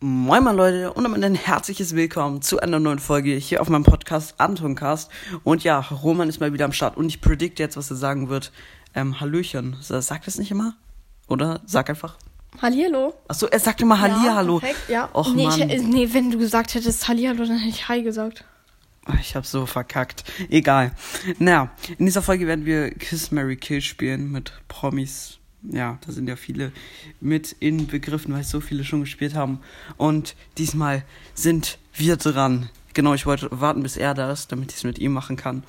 Moin mal Leute und damit ein herzliches Willkommen zu einer neuen Folge hier auf meinem Podcast Antoncast. Und ja, Roman ist mal wieder am Start und ich predict jetzt, was er sagen wird. Ähm, Hallöchen. Sa- Sagt es nicht immer? Oder? Sag einfach. Hallihallo. Achso, er sagt immer Hallihallo. perfekt, ja. Och nee, Mann. Ich, nee, wenn du gesagt hättest Hallihallo, dann hätte ich Hi gesagt. Ah, Ich hab so verkackt. Egal. Naja, in dieser Folge werden wir Kiss Mary Kill spielen mit Promis. Ja, da sind ja viele mit inbegriffen, weil so viele schon gespielt haben. Und diesmal sind wir dran. Genau, ich wollte warten, bis er da ist, damit ich es mit ihm machen kann.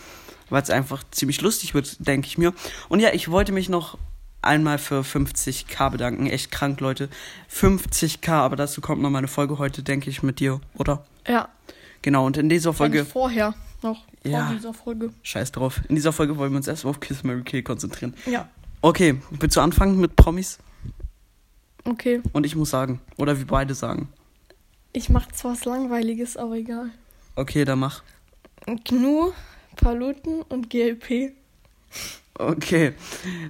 Weil es einfach ziemlich lustig wird, denke ich mir. Und ja, ich wollte mich noch einmal für 50k bedanken. Echt krank, Leute. 50k, aber dazu kommt noch meine Folge heute, denke ich, mit dir, oder? Ja. Genau, und in dieser Folge. Eigentlich Vorher noch. Ja. Vor dieser Folge. Scheiß drauf. In dieser Folge wollen wir uns erstmal auf Kiss Mary Kill konzentrieren. Ja. Okay, willst du anfangen mit Promis? Okay. Und ich muss sagen. Oder wir beide sagen. Ich mach zwar was Langweiliges, aber egal. Okay, dann mach. Gnu, Paluten und GLP. Okay,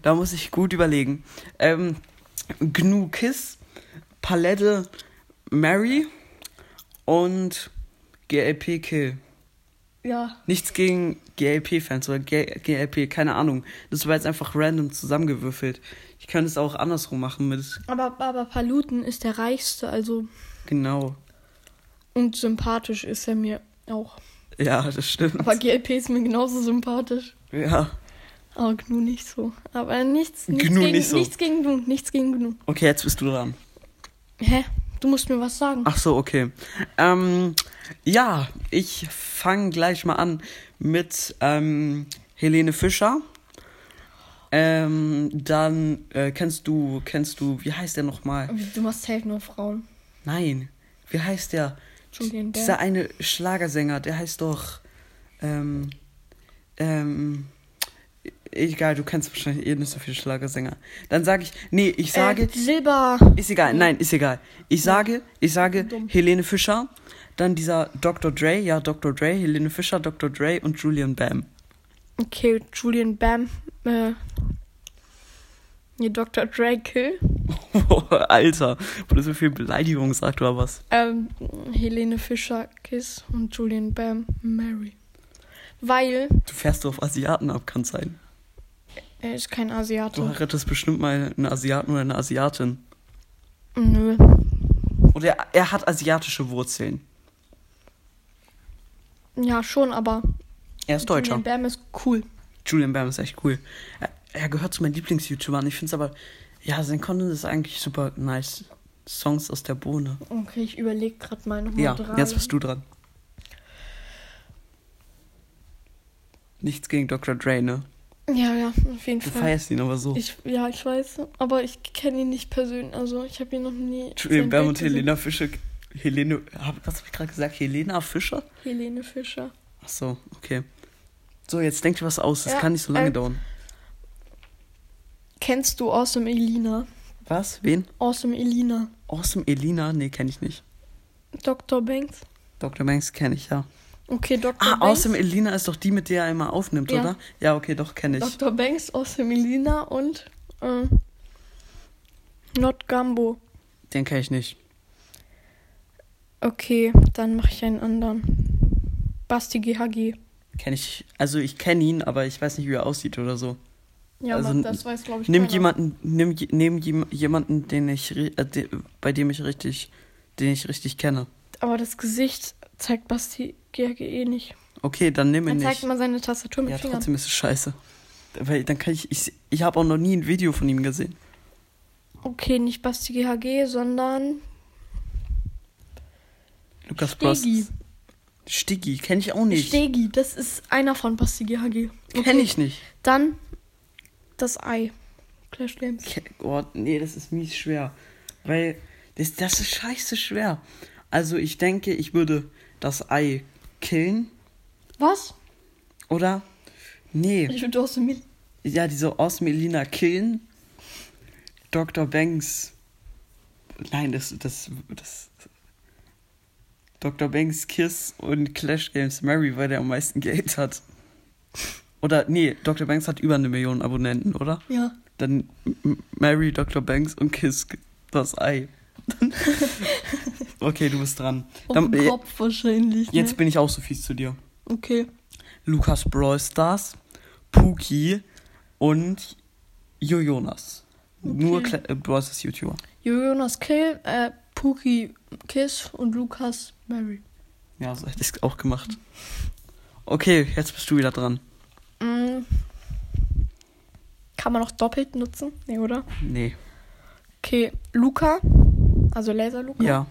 da muss ich gut überlegen. Ähm, Gnu Kiss, Palette Mary und GLP Kill. Ja. Nichts gegen GLP-Fans oder G- GLP, keine Ahnung. Das war jetzt einfach random zusammengewürfelt. Ich könnte es auch andersrum machen mit. Aber, aber Paluten ist der reichste, also. Genau. Und sympathisch ist er mir auch. Ja, das stimmt. Aber GLP ist mir genauso sympathisch. ja. Aber Gnu nicht so. Aber nichts, nichts Gnu gegen nicht so. nichts gegen Gnu. Nichts gegen Gnu. Okay, jetzt bist du dran. Hä? Du musst mir was sagen. Ach so, okay. Ähm, ja, ich fange gleich mal an mit ähm, Helene Fischer. Ähm, dann äh, kennst du, kennst du, wie heißt der nochmal? Du machst halt nur Frauen. Nein, wie heißt der? Julian Bär. Dieser eine Schlagersänger, der heißt doch, ähm, ähm, egal, du kennst wahrscheinlich eh nicht so viele Schlagersänger. Dann sage ich, nee, ich sage, Äh, Silber. Ist egal, nein, ist egal. Ich sage, ich sage Dumm. Helene Fischer, dann dieser Dr. Dre, ja, Dr. Dre, Helene Fischer, Dr. Dre und Julian Bam. Okay, Julian Bam. Äh, hier Dr. Drake. Alter, wo du so viel Beleidigung sagt oder was? Ähm, Helene Fischer Kiss und Julian Bam Mary. Weil Du fährst doch auf Asiaten ab, kann sein. er ist kein Du Asiate. heiratest bestimmt mal einen Asiaten oder eine Asiatin. Nö. Oder er, er hat asiatische Wurzeln. Ja, schon, aber Er ist Deutscher. Julian Bam ist cool. Julian Bam ist echt cool. Er, er gehört zu meinen Lieblings-YouTubern. Ich finde es aber, ja, sein Content ist eigentlich super nice. Songs aus der Bohne. Okay, ich überlege gerade mal nochmal Ja, drei. jetzt bist du dran. Nichts gegen Dr. Dre, ne? Ja, ja, auf jeden Du Fall. feierst ihn aber so. Ich, ja, ich weiß, aber ich kenne ihn nicht persönlich. Also, ich habe ihn noch nie. Julian Bam sein Bild und gesehen. Helena Fischer. Helene, hab, was habe ich gerade gesagt? Helena Fischer? Helene Fischer. Ach so, okay. So, jetzt denk dir was aus. Das Ja, kann nicht so lange ähm, dauern. Kennst du Awesome Elina? Was? Wen? Awesome Elina. Awesome Elina? Nee, kenne ich nicht. Dr. Banks? Dr. Banks kenne ich, ja. Okay, Dr. Ah, Banks. Awesome Elina ist doch die, mit der er immer aufnimmt, Ja. oder? Ja, okay, doch, kenne ich. Dr. Banks, Awesome Elina und äh, Not Gumbo. Den kenne ich nicht. Okay, dann mache ich einen anderen. Basti GHG. Kenne ich, also ich kenne ihn, aber ich weiß nicht, wie er aussieht oder so. Ja, Also, Mann, das weiß, glaube ich, Nimm keiner. jemanden, nimm, je- nimm jem- jemanden, den ich, ri- äh, de, bei dem ich richtig, den ich richtig kenne. Aber das Gesicht zeigt Basti GHG eh nicht. Okay, dann nimm Er ihn zeigt nicht. mal seine Tastatur mit Ja, Fingern. trotzdem ist es scheiße. Weil dann kann ich, ich, ich habe auch noch nie ein Video von ihm gesehen. Okay, nicht Basti GHG, sondern Lukas Bros. Stegi. Stiggy, kenne ich auch nicht. Stegi, das ist einer von Basti GHG. Kenne ich nicht. Dann das Ei. Clash Games. Ke- Oh, nee, das ist mies schwer. Weil, das, das ist scheiße schwer. Also ich denke, ich würde das Ei killen, Was? oder? Nee. Ich würde Awesome Elina. Ja, diese Awesome Elina killen. Dr. Banks. Nein, das, das, das. Dr. Banks Kiss und Clash Games Mary, weil der am meisten Geld hat. Oder, nee, Dr. Banks hat über eine Million Abonnenten, oder? Ja. Dann M- Mary, Dr. Banks und Kiss das Ei. Okay, du bist dran. Auf Dann, dem äh, Kopf wahrscheinlich. jetzt ne? bin ich auch so fies zu dir. Okay. Lukas Brawl Stars, Puki und Jo Jonas. Nur Okay. Kle- äh, Brawl Stars YouTuber. Jo Jonas Kill, äh, Puki Kiss und Lukas Mary. Ja, so hätte ich es auch gemacht. Okay, jetzt bist du wieder dran. Mm. Kann man auch doppelt nutzen? Nee, oder? Nee. Okay, Luca, also Laser Luca. Ja.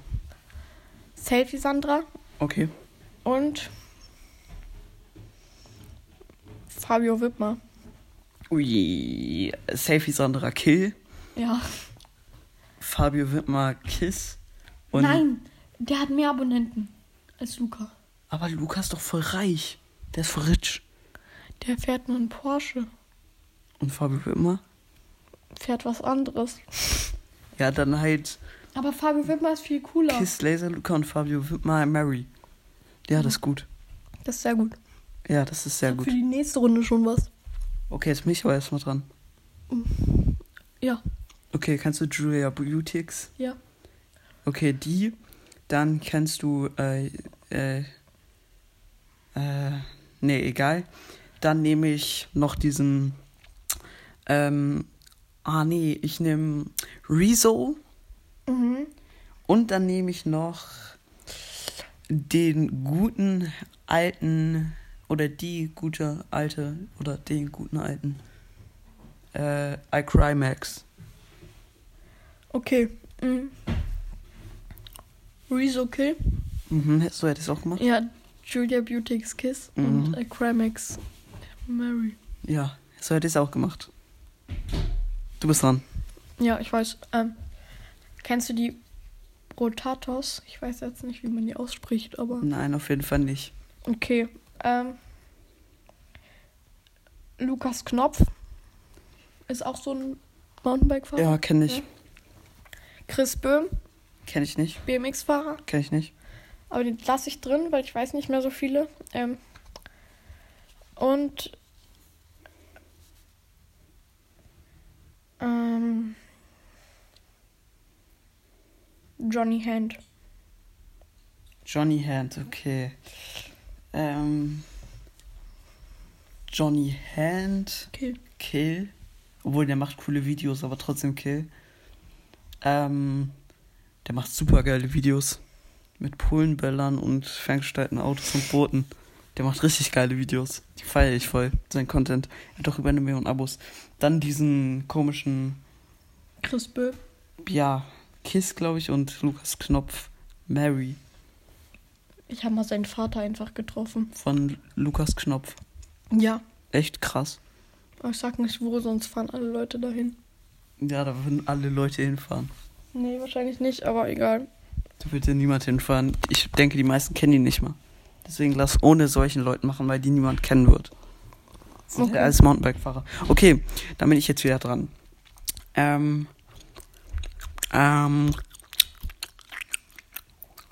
Selfie Sandra Okay. und Fabio Wittmer. Ui. Selfie Sandra Kill, Ja. Fabio Wittmer Kiss und. Nein, der hat mehr Abonnenten als Luca. Aber Lukas ist doch voll reich. Der ist voll rich. Der fährt nur einen Porsche, Und Fabio Wittmer? fährt was anderes. Ja, dann halt Aber Fabio Wittmer ist viel cooler. Kiss, Laser, Luca und Fabio Wittmer Mary. Ja, das ist gut. Das ist sehr gut. Ja, das ist sehr Für gut. die nächste Runde schon was. Okay, jetzt bin ich aber erstmal dran. Ja, Okay, kannst du Julia Beautix? ja. Okay, die. Dann kannst du, äh, äh, äh, nee, egal. Dann nehme ich noch diesen, ähm, ah nee, ich nehme Rezo Mhm. und dann nehme ich noch den guten alten oder die gute alte oder den guten alten äh, I Cry Max. Okay. Mhm. Rezo Kill. Mhm, so hätte ich es auch gemacht. Ja, Julia Beauty's Kiss Mhm. und äh, Crimex Mary. Ja, so hätte ich es auch gemacht. Du bist dran. Ja, ich weiß. Ähm, kennst du die Rotatos? Ich weiß jetzt nicht, wie man die ausspricht, aber. Nein, auf jeden Fall nicht. Okay. Ähm, Lukas Knopf ist auch so ein Mountainbike-Fahrer. Ja, kenne ich. Ja. Chris Böhm, Kenne ich nicht. BMX-Fahrer. Kenne ich nicht. Aber den lasse ich drin, weil ich weiß nicht mehr so viele. Ähm, und ähm, Johnny Hand. Johnny Hand, okay. Ähm, Johnny Hand, Okay. Kill. Obwohl, der macht coole Videos, aber trotzdem Kill. Ähm, der macht super geile Videos. Mit Polenböllern und ferngesteuerten Autos und Booten. Der macht richtig geile Videos. Die feiere ich voll, sein Content. Er hat doch über eine Million Abos. Dann diesen komischen Chris Bö. ja, Kiss, glaube ich, und Lukas Knopf, Mary Ich habe mal seinen Vater einfach getroffen. von Lukas Knopf. Ja. Echt krass. Aber ich sag nicht wo, sonst fahren alle Leute dahin. Ja, da würden alle Leute hinfahren. Nee, wahrscheinlich nicht, aber egal. Da wird ja niemand hinfahren. Ich denke, die meisten kennen ihn nicht mal. Deswegen lass ohne solchen Leuten machen, weil die niemand kennen wird. Das sind Okay. ja alles Mountainbike-Fahrer. Okay, dann bin ich jetzt wieder dran. Ähm, ähm,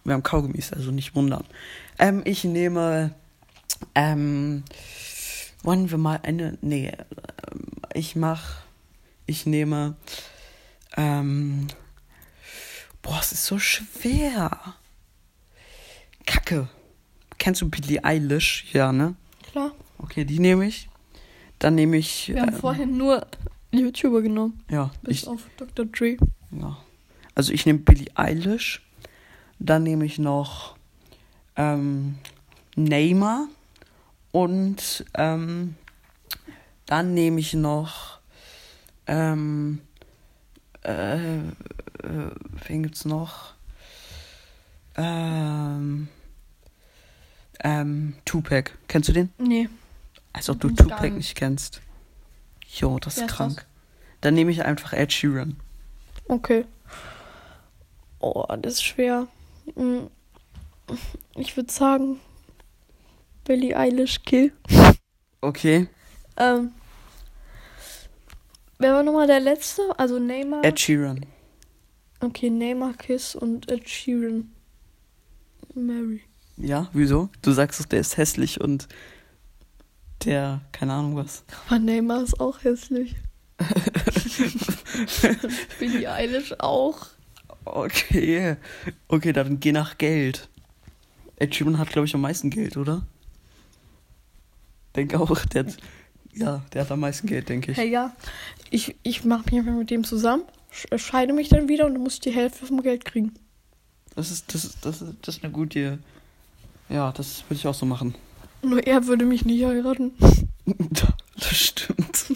wir haben Kaugummis, also nicht wundern. Ähm, ich nehme, ähm, wollen wir mal eine, nee, ähm, ich mach, ich nehme, ähm, boah, es ist so schwer. Kacke. Kennst du Billie Eilish? Ja, ne? Klar. Okay, die nehme ich. Dann nehme ich. Wir haben ähm, vorhin nur YouTuber genommen. ja, Bis ich, auf Dr. Dre. ja. Also ich nehme Billie Eilish. Dann nehme ich noch ähm, Neymar. Und ähm, dann nehme ich noch. Ähm, äh, äh, wen gibt's noch? Ähm, ähm, Tupac. Kennst du den? Nee. Als ob du Gar Tupac nicht. nicht kennst. Jo, das Wer ist ist krank. Dann nehme ich einfach Ed Sheeran. Okay. Oh, das ist schwer. Hm. Ich würde sagen, Billie Eilish Kill. Okay. Ähm, wer war nochmal der Letzte? Also Neymar. Ed Sheeran. okay, Neymar Kiss und Ed Sheeran. Mary. Ja, wieso? Du sagst doch, der ist hässlich und der, keine Ahnung was. Aber Neymar ist auch hässlich. Billie Eilish auch. Okay. Okay, dann geh nach Geld. Ed Sheeran hat, glaube ich, am meisten Geld, oder? Denke auch, der hat, ja, der hat am meisten Geld, denke ich. Hey, ja, ich, ich mache mich einfach mit dem zusammen, sch- äh, scheide mich dann wieder und dann muss ich die Hälfte vom Geld kriegen. Das ist, das ist, das ist, das ist eine gute. Ja, das würde ich auch so machen. Nur er würde mich nie heiraten. Das stimmt.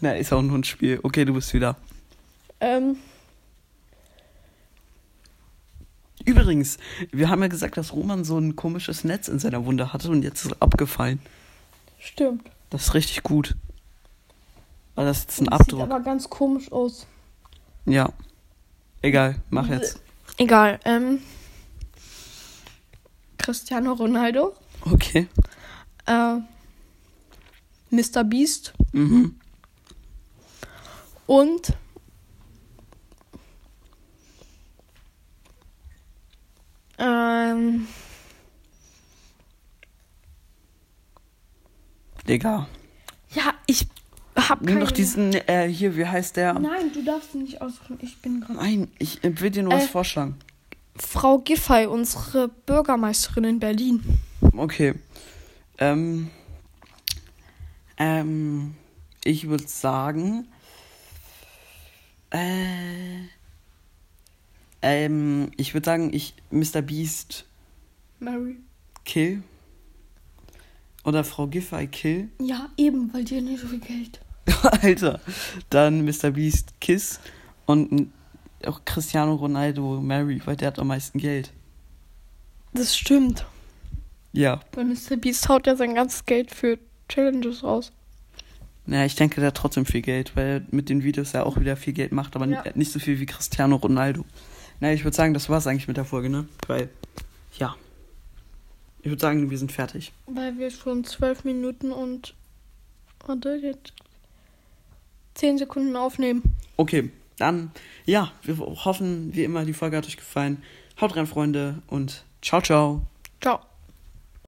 Na, ist auch nur ein Spiel. Okay, du bist wieder. Ähm, Übrigens, wir haben ja gesagt, dass Roman so ein komisches Netz in seiner Wunde hatte und jetzt ist es abgefallen. stimmt. Das ist richtig gut. Weil das ist ein Sieht Abdruck. aber ganz komisch aus. Ja. Egal, mach jetzt. Egal, ähm. Cristiano Ronaldo, Okay. äh, Mr. Beast Mhm. und. Ähm, Digga. ja, ich hab Nimm keine. doch diesen, äh, hier, wie heißt der? Nein, du darfst ihn nicht aussuchen. Ich bin gerade. Nein, ich äh, will dir nur was Äh. vorschlagen. Frau Giffey, unsere Bürgermeisterin in Berlin. Okay. Ähm. Ähm. Ich würde sagen. Äh. Ähm. Ich würde sagen, ich. Mr. Beast Mary. kill. Oder Frau Giffey kill. Ja, eben, weil die hat nicht so viel Geld. Alter. Also, Dann Mr. Beast kiss. Und n- auch Cristiano Ronaldo marry, weil der hat am meisten Geld. Das stimmt. Ja. Weil Mr. Beast haut ja sein ganzes Geld für Challenges raus. Naja, ich denke, der hat trotzdem viel Geld, weil er mit den Videos ja auch wieder viel Geld macht, aber Ja. n- nicht so viel wie Cristiano Ronaldo. Naja, ich würde sagen, das war's eigentlich mit der Folge, ne? Weil, ja. Ich würde sagen, wir sind fertig. Weil wir schon zwölf Minuten und. Warte, jetzt. Zehn Sekunden aufnehmen. Okay, dann, ja, wir hoffen, wie immer, die Folge hat euch gefallen. Haut rein, Freunde, und ciao, ciao. Ciao.